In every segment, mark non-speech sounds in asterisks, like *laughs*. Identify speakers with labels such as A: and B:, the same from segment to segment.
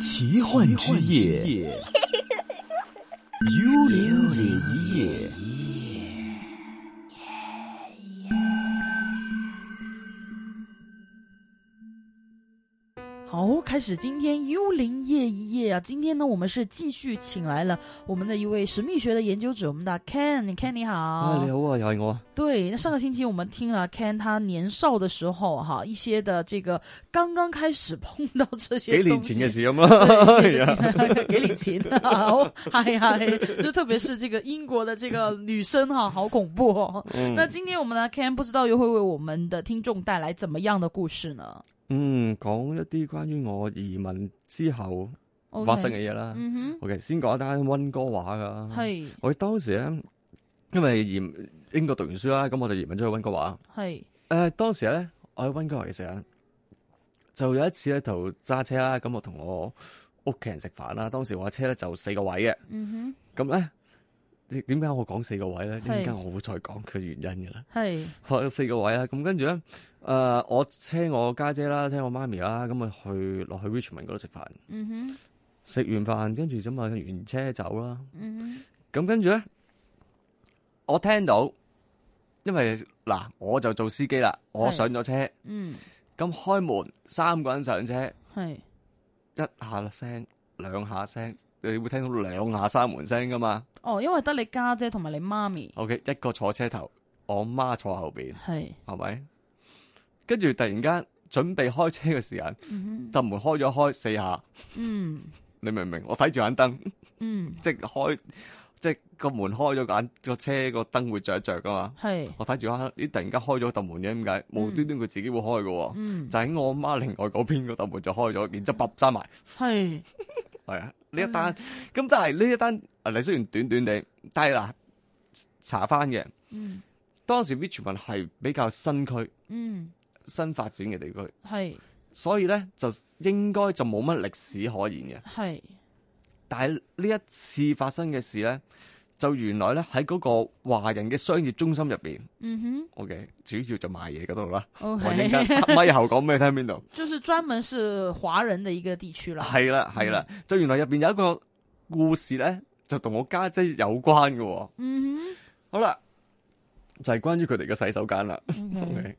A: 奇幻之 *laughs* 夜，幽灵夜。
B: 好，开始今天幽灵夜一夜啊！今天呢，我们是继续请来了我们的一位神秘学的研究者，我们的 Ken，Ken 你好。
C: 啊，你好啊，又系我。
B: 对，那上个星期我们听了 Ken 他年少的时候啊哈，一些的这个刚刚开始碰到这
C: 几
B: 些
C: 年
B: 东西
C: 前嘅事咁
B: *laughs*
C: *laughs* 哎
B: 对
C: 啦，
B: 给你钱，给你钱啊！哦嗨嗨，就特别是这个英国的这个女生哈，好恐怖哦。
C: 嗯
B: 那今天我们呢，Ken 不知道又会为我们的听众带来怎么样的故事呢？
C: 嗯，讲一啲關於我移民之後
B: OK
C: 發生嘅嘢啦。
B: 嗯
C: OK，先講一單温哥華噶
B: 哼，。系
C: 我當時咧，因為移民英國讀完書啦，咁我就移民咗去温哥呃華。
B: 系
C: 诶、當時咧，我喺温哥華嘅時候，就有一次咧就揸車啦，咁我同我屋企人食飯啦。當時我嘅車咧就四個位嘅，
B: 嗯
C: 咁咧。點解我講四個位咧？
B: 係
C: 點解我會再講佢原因嘅咧？
B: 哼，系
C: 我有四個位啦，啊咁跟住咧，誒、我車我家姐啦，車我媽咪啦，咁啊去落去 Richmond 嗰度食飯，
B: 嗯哼，
C: 食完飯跟住咁啊完車走啦，
B: 嗯
C: 咁跟住咧，我聽到，因為嗱我就做司機啦，我
B: 係
C: 上咗車，
B: 哼，嗯
C: 咁開門三個人上車，
B: 系
C: 一下聲兩下聲，你會聽到兩下閂門聲噶嘛
B: 哦，因為得你家姐同埋你媽咪
C: ？OK，一個坐車頭，我媽坐後邊，
B: 係，
C: 係咪？跟住突然間準備開車嘅時間。
B: 嗯
C: 就門開咗開四下，
B: 哼，嗯
C: 你明唔明？我睇住眼燈， *laughs*
B: 嗯
C: 即係開，即係個門開咗個眼，個車個燈會着一着噶嘛。
B: 係，
C: 我睇住眼，咦！突然間開咗道門嘅，點解？無端端佢自己會開嘅喎，
B: 嗯
C: 就喺我媽另外嗰邊嗰道門就開咗，然之後ปั๊閂埋，
B: 係
C: 係啊！呢一單，咁但係呢一單，啊你雖然短短地，但係嗱查翻嘅，
B: 嗯
C: 當時 Richmond 係比較新區、
B: 嗯
C: 新發展嘅地區，
B: 係
C: 所以咧就應該就冇乜歷史可言嘅。
B: 係
C: 但係呢一次發生嘅事咧，就原來咧喺嗰個華人嘅商業中心入邊
B: 嗯
C: ，OK，主要就賣嘢嗰度啦。
B: 哼
C: 我一陣
B: ，OK，
C: 間 *laughs* 咪後講咩聽邊度？
B: 哦 *laughs* 就是專門是華人的一個地
C: *laughs*
B: 區啦。
C: 係啦係啦，就原來入邊有一個故事咧，就同我家姐有關嘅喎。
B: 嗯
C: 好啦，就係關於佢哋嘅洗手間啦。
B: 嗯哼
C: *laughs*
B: ，OK，
C: OK，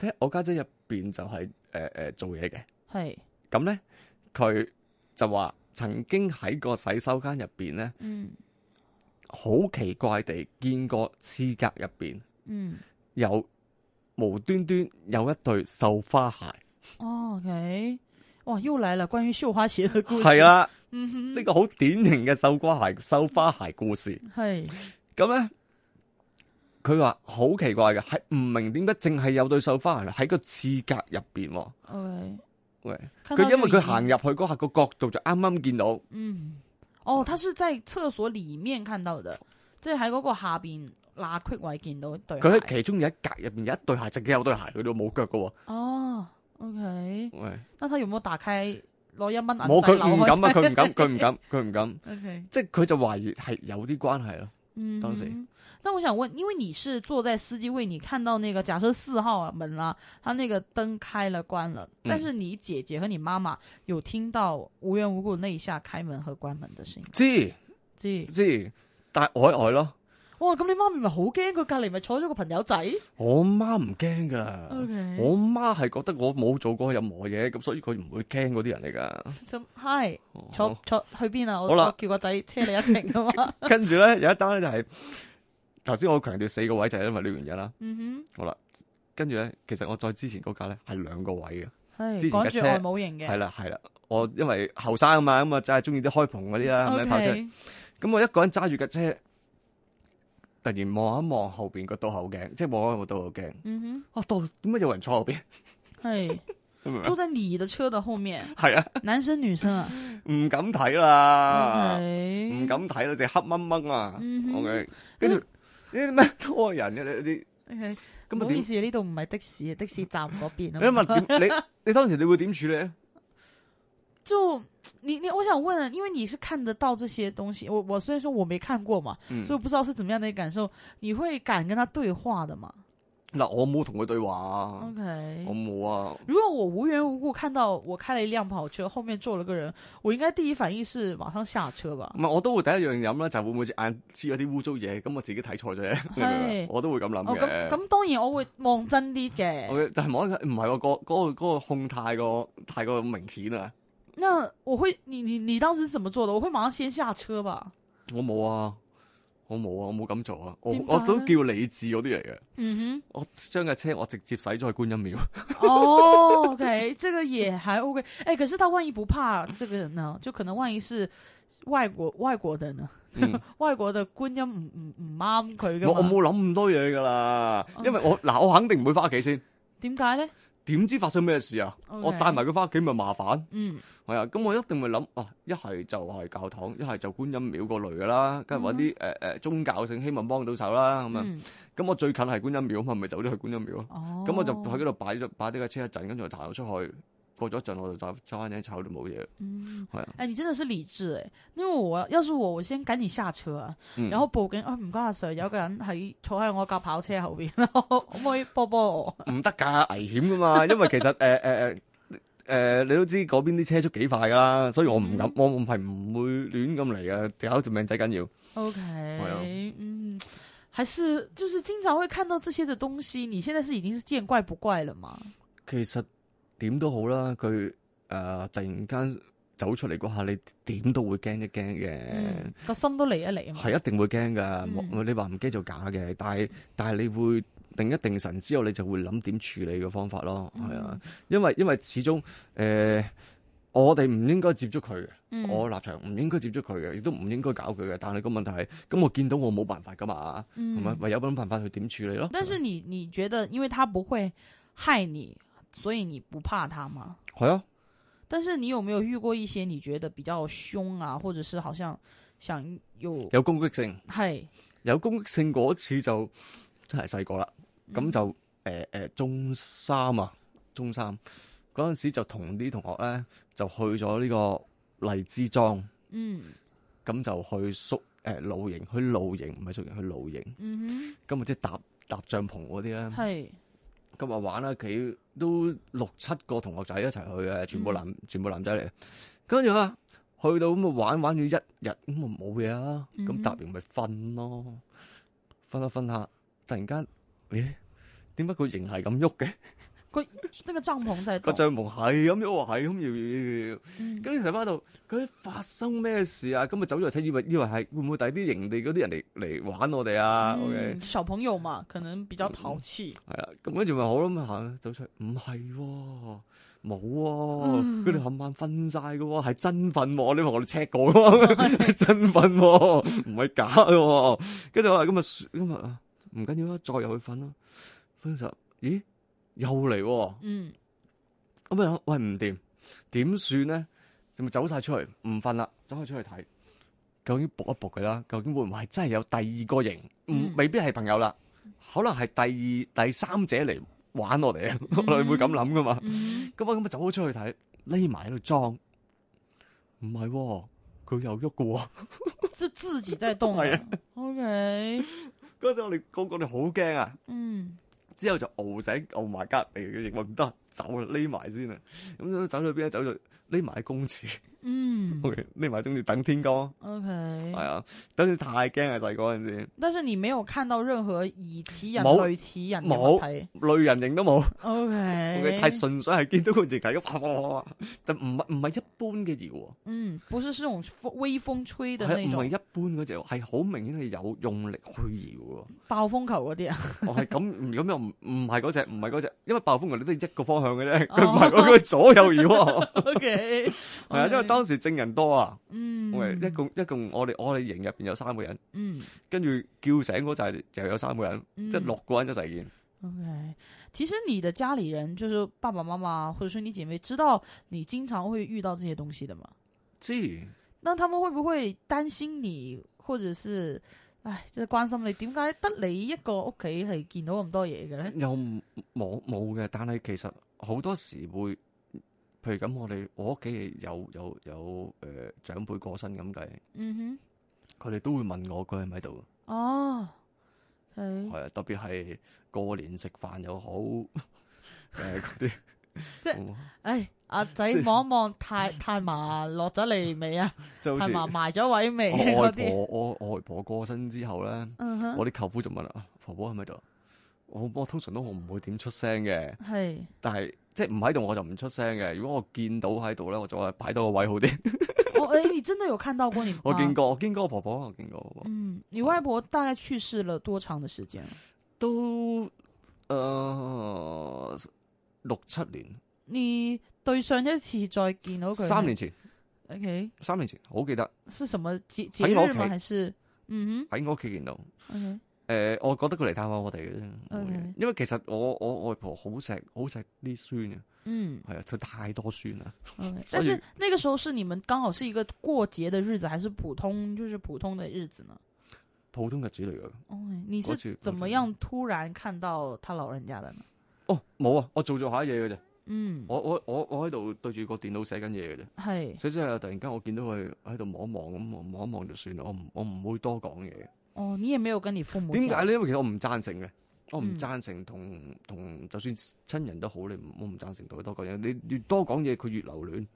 C: 聽我家姐入邊就係誒誒做嘢嘅，
B: 係，
C: 咁咧佢就話曾經喺個洗手間入邊咧。
B: 嗯
C: 好奇怪地見過廁格入邊
B: 嗯
C: 有無端端有一對繡花鞋，
B: 哦，OK，哇，又來了關於繡花鞋的故事。
C: 係，啦，
B: 嗯哼，
C: 呢個好典型嘅繡花鞋、繡花鞋故事。
B: 係
C: 咁咧，佢話好奇怪嘅，係唔明點解淨係有對繡花鞋喺個廁格入邊喎。
B: ，OK，
C: 喂，
B: 看到
C: 佢因為佢
B: 就已經
C: 行入去嗰下個角度就啱啱見到，
B: 嗯，哦，他是在厕所里面看到的，即係喺嗰個下邊罅隙位見到一對
C: 佢喺
B: 鞋。
C: 其中有一格入邊有一對鞋，淨係有對鞋，佢都冇腳嘅喎。
B: 哦，OK，
C: 喂，
B: 那他有冇打開攞一蚊銀
C: 冇佢
B: 仔
C: 唔
B: 扭開
C: 敢啊！佢唔敢，佢唔敢，佢唔敢，
B: *laughs* ？OK，
C: 即係佢就懷疑係有啲關係咯。
B: 嗯，
C: 當時。
B: 那我想問，因為你是坐在司機位，你看到那個假設四號啊門啦、他那個燈開了關了，
C: 嗯
B: 但是你姐姐和你媽媽有聽到無緣無故那一下開門和關門的聲音，
C: 知
B: 知？
C: 知，但係我喺外咯。
B: 哇，咁你媽咪咪好驚，佢隔離咪坐咗個朋友仔
C: 我媽唔驚噶
B: OK
C: 我媽係覺得我冇做過任何嘢，咁所以佢唔會驚嗰啲人嚟哦噶。
B: 咁嗨。坐坐去邊啊？我
C: 好啦
B: 我叫個仔車你一程啊噶
C: *laughs*
B: 嘛。
C: 跟住咧有一單咧就係頭先我強調四個位就係因為呢原因啦。
B: 嗯
C: 好啦，跟住咧其實我再之前嗰架咧係兩個位嘅，
B: 哼，係
C: 之前
B: 趕
C: 嘅
B: 住
C: 車
B: 外母型嘅，
C: 係啦係啦。我因為後生啊嘛，咁啊真係中意啲開篷嗰啲啦，咁樣
B: OK，
C: 跑車。咁我一個人揸住架車，突然望一望後邊個倒後鏡，即係望一望倒後鏡。
B: 嗯
C: 啊，到點解有人坐後邊？
B: 哼，
C: *laughs*
B: 係
C: 明唔明啊
B: 坐在你的車的後
C: *laughs*
B: 面，
C: 係啊。
B: 男生女生啊
C: 唔敢睇啦，
B: ？OK，
C: 唔敢睇啦，隻黑掹掹啊
B: 嗯哼
C: ，OK，跟住呢啲咩多人嘅呢啲，
B: OK，
C: 咁
B: 唔
C: 啊
B: 好意
C: 點？嗯
B: 思，呢度唔係的士，的士站嗰邊
C: *laughs* 你
B: 啊嘛。
C: 問點？你你當時你會點處理啊咧？
B: 就你你，我想問，因為你是看得到這些東西，我我雖然說我沒看過嘛，
C: 嗯
B: 所以我不知道是怎麼樣的一個感受。你會敢跟他對話的嗎？
C: 嗱，我冇同佢對話啊，
B: OK
C: 我。冇啊，
B: 如果我无缘无故看到我开了一辆跑车，后面坐了个人，我应该第一反应是马上下车吧
C: 唔？係我都會第一樣飲啦，就會唔會隻眼黐嗰啲污糟嘢，咁我自己睇錯啫，你明唔明啊
B: 係
C: *laughs* 我都會咁諗
B: 哦，咁
C: 嘅。
B: 咁當然我會望真啲嘅。
C: 我就係望一睇唔係喎，嗰嗰個嗰個控太過太過明顯啊！
B: 那我會，你你你當時是怎麼做的？我會馬上先下車吧。
C: 我冇啊，我冇啊，我冇咁做啊，我
B: 點解
C: 我都叫理智嗰啲嚟嘅。
B: 嗯
C: 我將架車我直接駛咗去觀音廟，
B: 哼，哦，OK，這個也還 OK。哎、可是他萬一不怕這個人呢？就可能萬一是外國外國的呢？
C: 嗯
B: *laughs* 外國的觀音唔唔唔啱佢
C: 我
B: 噶
C: 我
B: 嘛？哦
C: 冇諗咁多嘢㗎啦，因為我嗱我肯定唔會翻屋企先。
B: 點解呢？
C: 點知發生咩事啊
B: OK
C: 我帶埋佢翻屋企咪麻煩。
B: 嗯
C: 係啊，咁我一定會諗啊，一係就係教堂，一係就觀音廟嗰類噶啦，跟住揾啲誒誒宗教性，希望幫到手啦咁樣。
B: 嗯，
C: 咁我最近係觀音廟，咁咪走咗去觀音廟咯。
B: 哦，
C: 咁我就喺嗰度擺咗擺啲架車一陣，跟住就彈咗出去。過咗一陣我就揸揸翻車炒都冇嘢。
B: 嗯，
C: 係啊
B: 哎、你真的是理智哎、因為我要是我，我先趕緊下車啊，
C: 嗯
B: 然後報警啊，唔該阿 Sir，有個人喺坐喺我架跑車後邊，可唔可以幫幫我？
C: 唔得㗎，危險㗎
B: *laughs*
C: 嘛，因為其實呃誒誒誒誒，呃你都知嗰邊啲車速幾快㗎啦，所以我唔
B: 嗯
C: 敢，我唔係唔會亂咁嚟嘅，搞條命仔緊要。
B: OK，
C: 啊
B: 嗯，还是就是经常会看到这些的东西。你现在是已经是见怪不怪了嘛？
C: 其實點都好啦，佢誒、呃突然間走出嚟嗰下，你點都會驚一驚嘅
B: 嗯，，個心都嚟一嚟啊嘛。
C: 係、一定會驚噶。
B: 嗯
C: 冇你話唔驚就假嘅，但係但係你會定一定神之後，你就會諗點處理嘅方法咯。係
B: 嗯
C: 啊，因為因為始終誒、呃我哋唔應該接觸佢嘅，
B: 嗯
C: 我立場唔應該接觸佢嘅，亦都唔應該搞佢嘅。但係個問題係，咁我見到我冇辦法噶嘛，係咪、
B: 嗯，
C: 唯有諗辦法去點處理咯。
B: 但是你你觉得，因为他不会害你，所以你不怕他吗？
C: 係啊。
B: 但是你有没有遇过一些你觉得比较凶啊，或者是好像想有
C: 有攻擊性，
B: 系
C: 有攻擊性嗰次就真係細個啦，
B: 嗯
C: 咁就誒誒、呃呃中三啊，中三嗰陣時就同啲同學咧就去咗呢個荔枝莊，
B: 嗯
C: 咁就去宿誒、呃露營，去露營唔係宿營，去露營，
B: 嗯
C: 咁啊即係搭搭帳篷嗰啲咧
B: 哼，，系
C: 咁啊玩啦，幾都六七個同學仔一齊去嘅，全部男、全部男仔嚟，跟住啊去到咁啊玩玩咗一日，咁啊冇嘢啊，
B: 嗯
C: 咁搭完咪瞓咯，瞓下瞓下，突然間，咦？點解佢仍係咁喐嘅？
B: 那个帐篷在
C: 個
B: 动，
C: 帳篷係咁喐啊，係咁搖搖搖搖。
B: 嗯
C: 跟住成班度，佢發生咩事啊？咁啊走咗嚟睇，以為以為係會唔會第啲營地嗰啲人嚟嚟玩我哋啊
B: 嗯
C: ？OK。
B: 小朋友嘛，可能比较淘气，
C: 系啦，啊咁跟住咪好咯，咁行走出去，唔係喎，冇
B: 嗯
C: 喎，佢哋冚唪唥瞓晒嘅喎，係真瞓喎，你話我哋 check 過喎， *laughs* 係真瞓喎，唔係假嘅喎。跟住我話今日今日啊，唔緊要啦，再入去瞓啦。瞓實，咦，又嚟喎，
B: 嗯
C: 咁啊喂唔掂，點算咧？就咪走晒出去，唔瞓啦，走晒出去睇，究竟搏一搏佢啦，究竟會唔會係真係有第二個型？
B: 嗯
C: 唔未必係朋友啦，可能係第二、第三者嚟玩我哋啊！ *laughs* 我哋會咁諗噶嘛？
B: 嗯
C: 咁啊咁啊，走咗出去睇，匿埋喺度裝，唔係喎，佢又喐嘅喎。 *laughs*
B: 哼，就自己在动
C: 係
B: 了。OK，
C: 嗰陣我哋個個哋好驚啊！
B: 嗯。
C: 之後就熬醒，熬埋隔離，我唔得，走啦，匿埋先啊！咁走到邊咧？走到匿埋喺公廁，
B: 嗯
C: OK，匿埋喺公廁等天光。
B: ，OK，
C: 系啊，當時太驚啊！細個嗰陣時，
B: 但是你沒有看到任何疑似人、
C: 冇
B: 類似人嘅
C: 冇
B: 物體
C: 類人形都冇，佢
B: ，OK，
C: 太純粹係見到個形係咁啪啪啪啪啪，但唔係唔係一般嘅搖喎，
B: 嗯，不是是那種風微風吹的
C: 係
B: 那
C: 哎唔係
B: 種
C: 一般嗰只，係好明顯係有用力去搖喎。
B: 暴風球嗰啲啊， *laughs*
C: 我係咁，咁又唔唔係嗰只，唔係嗰只，因為暴風球你都係一個方向嘅啫，
B: 哦
C: 佢唔係嗰個左右搖
B: *laughs*
C: 喎。
B: ，OK，
C: 係啊，因為當時證人多啊，
B: 嗯，
C: 我哋一共一共我哋我哋營入邊有三個人，
B: 嗯
C: 跟住叫醒嗰就係又有三個人，
B: 嗯
C: 即係六個人一齊見。
B: ，OK，其實你的家裡人就是爸爸媽媽或者是你姐妹，知道你經常會遇到這些東西的嗎？
C: 知。
B: 那他們會不會擔心你，或者是？唉，即係關心你，點解得你一個屋企係見到咁多嘢嘅咧？
C: 又唔冇冇嘅，但係其實好多時會，譬如咁，我哋我屋企有有有誒、呃、長輩過身咁計，
B: 嗯哼。
C: 佢哋都會問我佢係咪喺度，
B: 哦，係
C: 係啊，特別係過年食飯又好，誒嗰啲
B: *laughs* 即係唉，阿仔望一望太太嫲落咗嚟未啊？
C: 即係
B: 太嫲
C: 好似
B: 埋咗位未啊
C: 我外
B: 嗰啲？
C: 婆我我外婆過身之後咧，
B: 嗯哼，
C: 我啲舅父就問啦：啊婆婆喺咪度？我我通常都我唔會點出聲嘅，
B: 係
C: 但係即係唔喺度我就唔出聲嘅。如果我見到喺度咧，我就話擺多個位好啲。
B: 我哎，你真的有看到過你
C: 我見
B: 媽？
C: 過，我見過我婆婆，我見過我婆婆
B: 啊嗯，你外婆大概去世了多長的啊時間？
C: 都誒、呃六七年，
B: 你對上一次再見到佢
C: 三年前，
B: ，OK，
C: 三年前好記得
B: 是什麼節節
C: 喺我屋
B: 日嗎？
C: 企
B: 還是嗯
C: 喺我屋企見到。
B: 哼
C: 誒、我覺得佢嚟探下我哋嘅啫，冇嘢
B: OK
C: 因為其實我我外婆好錫好錫啲孫嘅，
B: ，OK，嗯
C: 係啊，佢太多孫啦。
B: ，OK。
C: 所
B: 但
C: 以
B: 是那個時候是你們剛好是一個過節的日子，還是普通就是普通的日子呢？
C: 普通日子嚟嘅。
B: 哦，你
C: 過節
B: 是
C: 普
B: 怎麼
C: 通
B: 樣突然看到他老人家的呢？
C: 哦，冇啊，我做做下嘢嘅啫，
B: 嗯，
C: 我我我我喺度對住個電腦寫緊嘢嘅啫，
B: 係
C: 寫寫下突然間我見到佢喺度望一望咁，我望一望就算啦，我唔我唔會多講嘢。
B: 哦，你也沒有跟你父母
C: 點解
B: 講，
C: 咧？因為其實我唔贊成嘅，我唔
B: 嗯
C: 贊成同同就算親人都好，你唔我唔贊成同佢多講嘢。你越多講嘢，佢越留戀，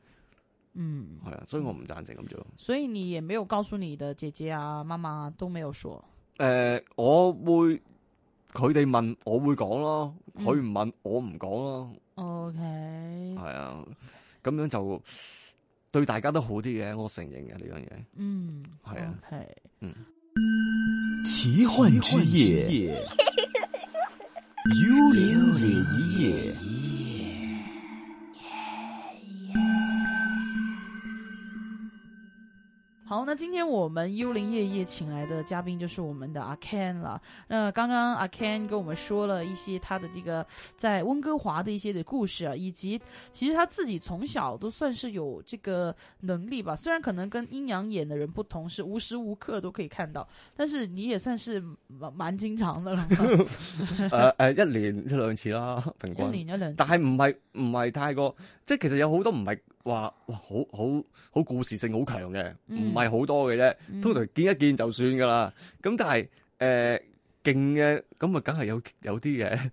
B: 嗯，
C: 係啊，所以我唔贊成咁做。
B: 所以你也沒有告訴你的姐姐啊、媽媽啊都沒有說，
C: 誒、
B: 嗯
C: 我會佢哋問，我會講咯；
B: 嗯
C: 佢唔問，我唔講咯。
B: OK，
C: 係啊，咁樣就對大家都好啲嘅，我承認嘅呢樣嘢。
B: 嗯，
C: 係啊
B: ，OK，
A: 奇幻之夜，幽灵夜。
B: 好，那今天我们幽灵夜夜请来的嘉宾就是我们的阿 Ken 了。那刚刚阿 Ken 跟我们说了一些他的这个在温哥华的一些的故事啊，以及其实他自己从小都算是有这个能力吧，虽然可能跟阴阳眼的人不同，是无时无刻都可以看到，但是你也算是蛮蛮经常的了嘛，
C: *laughs* 誒誒、一年一兩次啦，平
B: 一
C: 均。
B: 年一兩次
C: 但係唔係唔係太過，即係其實有好多唔係話哇好好好故事性好強嘅，唔
B: 嗯
C: 係好多嘅啫。
B: 嗯
C: 通常見一見就算㗎啦。咁但係誒、勁嘅咁啊，梗係有有啲嘅。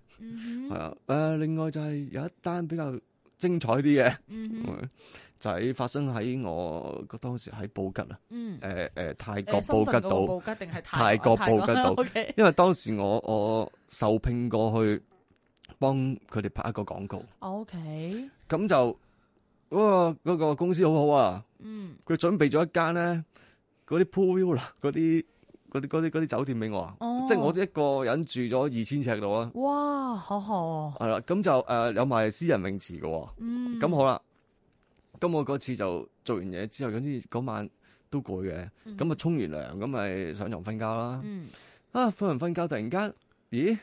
C: 係
B: 嗯哼，
C: 啊，誒、另外就係有一單比較精彩啲嘅，
B: 嗯哼，
C: 嗯就係發生喺我當時喺布吉啊，
B: 嗯哎
C: 誒、，誒、泰
B: 誒
C: 國
B: 深
C: 布
B: 圳
C: 吉
B: 嗰個
C: 島，
B: 布吉定係
C: 泰國布吉島
B: o *laughs* k
C: 因為當時我我受聘過去幫佢哋拍一個廣告，
B: 哦 OK，
C: 咁就哇嗰、個公司好好啊，
B: 嗯，
C: 佢準備咗一間咧嗰啲 pool villa 嗰啲嗰啲嗰啲嗰啲酒店俾我啊，
B: 哦，
C: 即係我一個人住咗二千尺度啊，
B: 哇，好好哦，
C: 係啦，咁就誒、呃有埋私人泳池嘅喎。
B: 嗯，
C: 咁好啦，咁我嗰次就做完嘢之後，跟住嗰晚都攰嘅，
B: 嗯
C: 咁啊，沖完涼，咁咪上床瞓覺啦。
B: 嗯
C: 啊，瞓完瞓覺突然間，咦，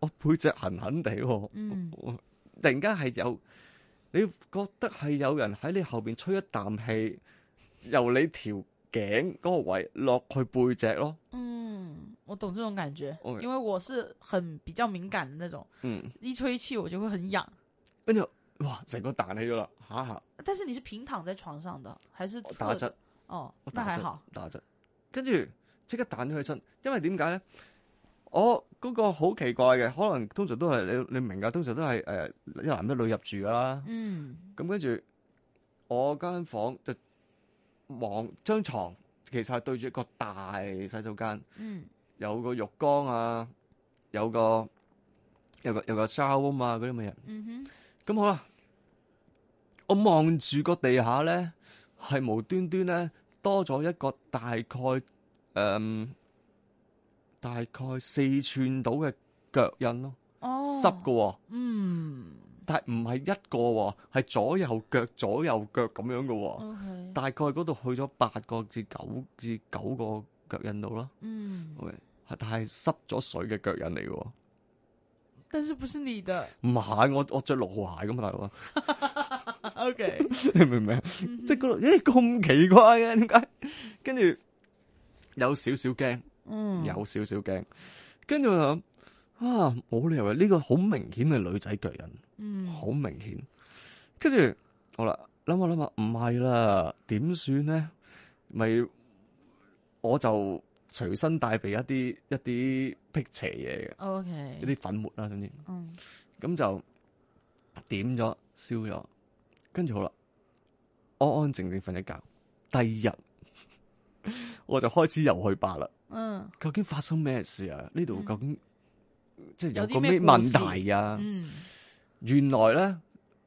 C: 我背脊痕痕地喎，
B: 嗯
C: 我突然間係有，你覺得係有人喺你後邊吹一啖氣，由你條頸嗰個位落去背脊咯。
B: 嗯，我懂這種感覺
C: OK
B: 因為我是很比較敏感的那種，
C: 嗯，
B: 一吹氣我就會很癢。
C: 跟住哇，成個彈起咗啦，下下
B: 但是你是平躺在床上的，還是
C: 我
B: 側
C: 打
B: 着
C: 側。
B: 哦
C: 我，
B: 那
C: 打
B: 還
C: 側
B: 好。
C: 打側，跟住即刻彈咗起身，因為點解咧？我嗰、個好奇怪嘅，可能通常都係你你明噶，通常都係誒、呃一男一女入住噶啦。
B: 嗯
C: 咁跟住我間房就望張床，其實係對住一個大洗手間，
B: 嗯
C: 有個浴缸啊，有個有個有個 shower 嘛嗰啲咁嘅嘢。
B: 嗯哼，
C: 咁好啦，我望住個地下咧，係無端端咧多咗一個大概誒、嗯大概四寸到嘅腳印咯，
B: 哦，
C: 濕嘅喎，
B: 嗯
C: 但係唔係一個喎，係左右腳左右腳咁樣嘅喎，
B: ，OK，
C: 大概嗰度去咗八個至九至九個腳印度啦
B: 嗯，
C: ，OK，係但係濕咗水嘅腳印嚟嘅喎。
B: 但是不是
C: *laughs*
B: 你的
C: 唔係，我我着露鞋咁嘛，大佬
B: *laughs*
C: 啊，
B: ，OK，
C: 你明唔明啊？
B: 嗯
C: 即係
B: 哼
C: 嗰度，咦咁奇怪嘅，點解？跟住有少少驚，
B: 嗯
C: 有少少驚。跟住我就諗啊，冇理由啊呢個好明顯係女仔腳印，
B: 嗯
C: 好明顯。跟住好啦，諗下諗下，唔係啦，點算咧？咪我就隨身帶備一啲一啲辟邪嘢嘅
B: O K，
C: 一啲粉末啦，總之
B: 嗯，
C: 咁就點咗燒咗，跟住好啦，安安靜靜瞓一覺。第二日 *laughs* 我就開始又去白啦。
B: 嗯，
C: 究竟發生咩事啊？呢度
B: 嗯
C: 究竟、即係有
B: 有啲
C: 個咩
B: 咩
C: 問
B: 故事
C: 題啊？
B: 嗯，
C: 原來咧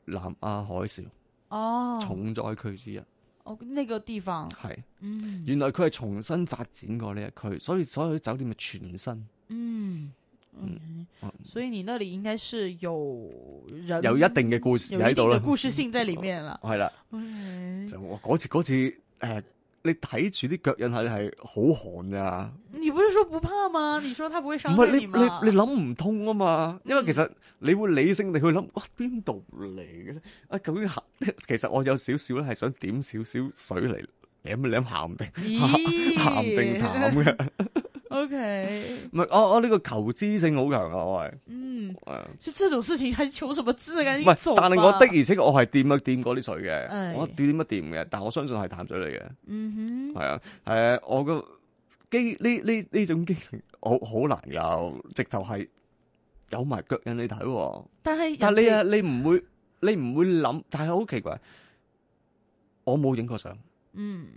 C: 南亞海嘯
B: 哦，
C: 重災區之一，
B: 哦那個地方，
C: 係、
B: 嗯，
C: 原來佢係重新發展過呢一區，所以所有啲酒店咪全新
B: 嗯
C: 嗯
B: OK，所以你那里应该是有人
C: 有一定嘅故事
B: 嗯有一
C: 喺
B: 定
C: 度啦
B: 的。故事性在里面了。
C: 係啦，
B: OK，
C: 就我嗰次嗰次誒、你睇住啲腳印係係好寒㗎。
B: 你不是说不怕吗？你说他不会伤
C: 唔
B: 害
C: 係你你
B: 吗？
C: 你諗唔通啊嘛，
B: 嗯
C: 因為其實你會理性地去諗，哇邊度嚟嘅咧？啊究竟鹹其實我有少少咧係想點少少水嚟舐一舐鹹定
B: 咦
C: 鹹定
B: *laughs*
C: 淡嘅，
B: o k
C: 唔係我我呢個求知性好強啊，我係
B: 嗯，
C: 係啊
B: 就这种事情还求什么志？赶
C: 唔
B: 紧
C: 係
B: 走，
C: 但係
B: 吧
C: 我的而且確我係掂一掂嗰啲水
B: 啊唉
C: 嘅，我掂一掂嘅，但我相信係淡水嚟嘅。
B: 嗯哼，
C: 係啊，诶、我個機呢呢呢种机能好好難有，直頭係有埋腳印你睇喎。
B: 但系
C: 但系你啊，，你唔會，你唔會諗，但係好奇怪，我冇影過相，
B: 嗯，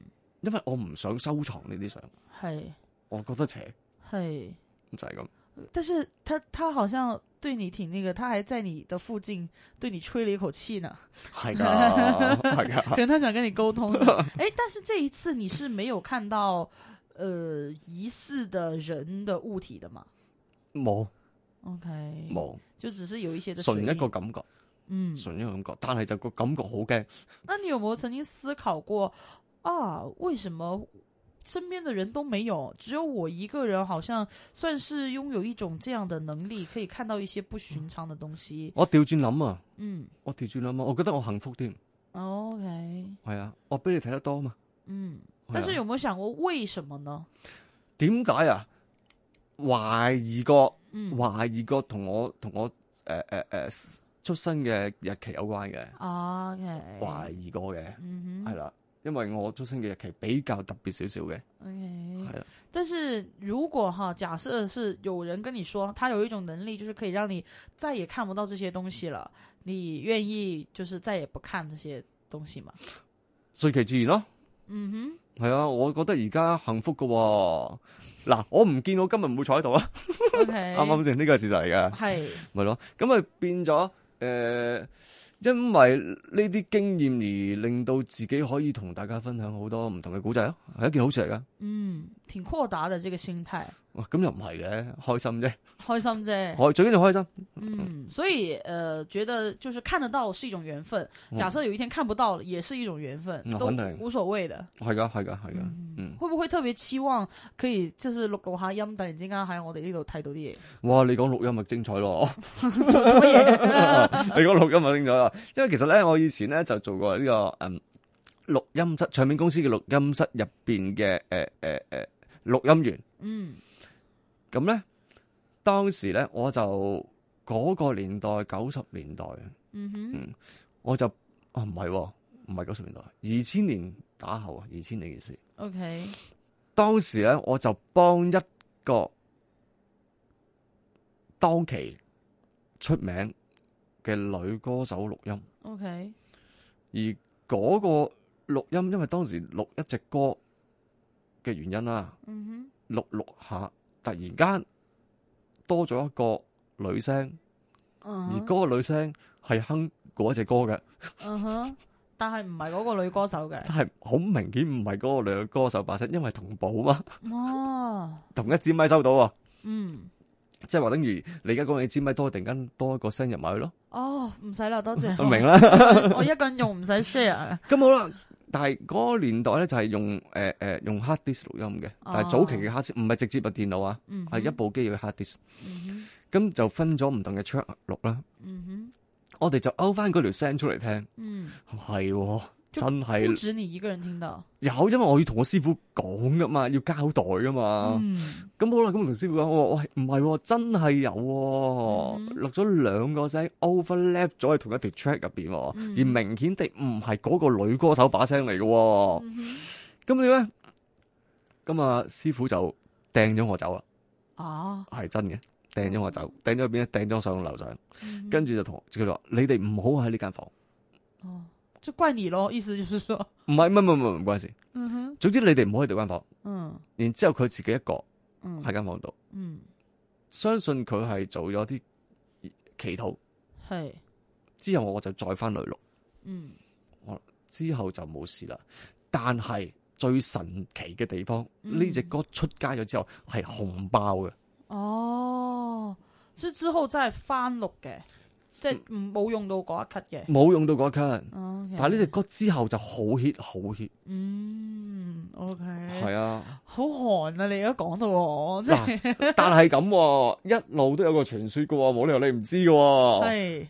C: 因為我唔想收藏呢啲相，
B: 系
C: 我覺得邪，
B: 系，
C: 就係咁。
B: 但是他他好像对你挺那个，他还在你的附近对你吹了一口气呢，
C: 係㗎，係
B: 可
C: *laughs* 㗎。
B: 能他想跟你
C: *laughs*
B: 沟通呢。哎，但是这一次你是没有看到呃疑似的人的物体的嘛
C: 冇
B: ？OK，，
C: 冇，
B: 就只是有一些的
C: 純
B: 水
C: 一個
B: 印
C: 感覺，
B: 嗯，
C: 純一個感覺，但係就個感覺好驚。
B: 那你有没有曾经思考过啊？为什么身边的人都没有，只有我一个人好像算是拥有一种这样的能力，可以看到一些不寻常的东西？
C: 我調轉諗啊，
B: 嗯
C: 我調轉諗啊，我覺得我幸福添，
B: ，OK，
C: 係啊，我俾你睇得多嘛。
B: 嗯。
C: 係啊
B: 但是有没有想过为什么呢？
C: 點解啊？懷疑過，
B: 嗯
C: 懷疑過同我同我诶诶诶出生嘅日期有關嘅，
B: 啊，OK，
C: 懷疑過嘅。
B: 嗯
C: 系
B: 哼
C: 啦，因為我出生嘅日期比較特別少少嘅，
B: ，OK，
C: 係啦，
B: 但是如果哈，假设是有人跟你说他有一种能力，就是可以让你再也看不到这些东西了，你愿意就是再也不看这些东西吗？
C: 順其自然咯。
B: 嗯
C: 係啊，我覺得而家幸福噶、喎。嗱，我唔見我今日唔會坐喺度啊，
B: 哼，OK，
C: 啱唔啱先？呢個係事實嚟嘅，
B: 系，
C: 咪咯。咁咪變咗诶、呃因為呢啲經驗而令到自己可以同大家分享好多唔同嘅古仔咯，係一件好事嚟噶。
B: 嗯，挺豁达的这个心态，
C: 哇，咁又唔係嘅，開心啫，
B: 开
C: *laughs*
B: 心啫。
C: 開最緊要開心。
B: 嗯，所以呃，觉得就是看得到是一种缘分，假设有一天看不到了也是一种缘分，
C: 嗯
B: 都
C: 肯定
B: 无所谓的。
C: 係噶，係噶，係噶。嗯，
B: 会不会特别期望可以就是录录下音，突然之间喺啊我哋呢度睇到啲嘢？
C: 哇，你講錄音咪精彩咯。 *laughs*
B: 做做乜嘢？
C: 你講錄音咪清楚啦，因為其實咧，我以前咧就做過呢、個嗯錄音室，唱片公司嘅錄音室入邊嘅誒誒誒錄音員。
B: 嗯
C: 咁咧，當時咧我就嗰、個年代九十年代，
B: 嗯哼，
C: 我就啊唔係喎，唔係九十年代，二千年打後啊，二千年件事。
B: OK，
C: 當時咧我就幫一個當期出名嘅女歌手錄音。
B: OK，
C: 而嗰個錄音，因為當時錄一隻歌嘅原因啦，
B: 嗯
C: 錄錄下，突然間多咗一個女聲，
B: 哼，嗯
C: 而
B: 哼，
C: 嗰個女聲係哼嗰隻歌嘅，
B: 嗯哼，但系唔系嗰個女歌手嘅，
C: 但係好明顯唔係嗰個女歌手把聲，因為同步嘛， *laughs*
B: 哦，
C: 同一支咪收到喎，
B: 嗯，
C: 即係話等於你而家講你支咪多，突然間多一個聲入埋去咯，
B: 哦，唔使啦，多謝，
C: 我嗯明啦。 *laughs*
B: 我一個人用唔使 share，啊
C: 咁好啦，但係嗰個年代咧就係用誒誒、呃用 hard disk 錄音嘅，但係早期嘅 hard disk 唔係直接入電腦啊，
B: 嗯
C: 係一部機嘅 hard disk。
B: 嗯
C: 咁就分咗唔同嘅 track 錄啦。
B: 哼，嗯
C: 我哋就勾翻嗰條聲出嚟聽，
B: 哼，嗯，
C: 係喎，真
B: 不
C: 係
B: 止你一個人聽到，
C: 有，因為我要同我師傅講噶嘛，要交代噶嘛。
B: 嗯，
C: 咁、好啦，咁同師傅講，我話喂唔係喎，真係有喎
B: 嗯，
C: 錄咗兩個聲 overlap 咗喺同一條 track 入邊喎，
B: 嗯
C: 而明顯地唔係嗰個女歌手把聲嚟嘅喎。
B: 嗯哼
C: 咁點咧？咁啊，師傅就掟咗我走啦，
B: 啊，
C: 係真嘅，掟咗我走，掟咗去邊咧？掟咗上樓上，
B: 嗯
C: 跟住就同佢話：你哋唔好喺呢間房，
B: 哦，就怪你咯，意思就是说，
C: 唔係唔係唔係唔係唔關事，
B: 嗯哼，
C: 總之你哋唔好喺度間房。
B: 嗯
C: 然之後佢自己一個
B: 嗯
C: 喺間房度，
B: 嗯，
C: 相信佢係做咗啲祈禱
B: 系，
C: 之後，我就再翻雷錄，
B: 嗯
C: 之後就冇事啦。但係最神奇嘅地方，
B: 嗯
C: 呢只、歌出街咗之後係紅爆嘅，
B: 哦，即之後真係翻錄嘅，即係唔冇用到嗰一咳嘅。
C: 冇用到嗰一 c
B: 哦，
C: 嗯但係呢只歌之後就好 hit 好 hit，
B: 嗯，OK，
C: 係啊。
B: 好寒啊！你而家講到我，即係
C: 嗱，但係咁喎，一路都有個傳說嘅喎，冇理由你唔知嘅喎。
B: 係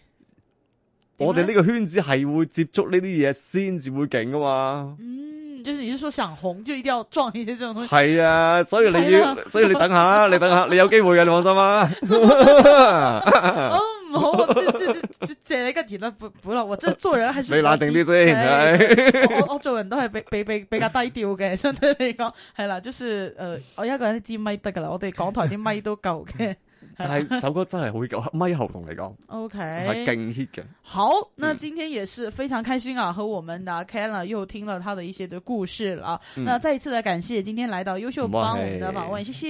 C: 我哋呢個圈子係會接觸呢啲嘢先至會勁噶嘛。
B: 嗯，就是你是說想紅就一定要撞一些這種東西，
C: 系啊，所以你
B: 嗯係
C: 要，所以你等下啦，你等下，你有機會嘅，你放心啊。
B: 哦，唔好，我这这这这这一個甜得不不落喎，即係做人還是
C: 你冷靜啲先，
B: 係
C: 係
B: 我我我做人都係比比比比較低調嘅，相對嚟講係啦，就是誒、呃我一個人一支咪得㗎啦，我哋港台啲咪都夠嘅。
C: 但係首歌真係好夠，咪喉同嚟講
B: OK，
C: 係勁 hit 嘅。
B: 好，那今天也是非常开心啊，和我们的 k e l a 又听了他的一些的故事了啊。那再一次的感谢今天来到优秀
C: 不客气
B: 帮我们的访问，谢谢。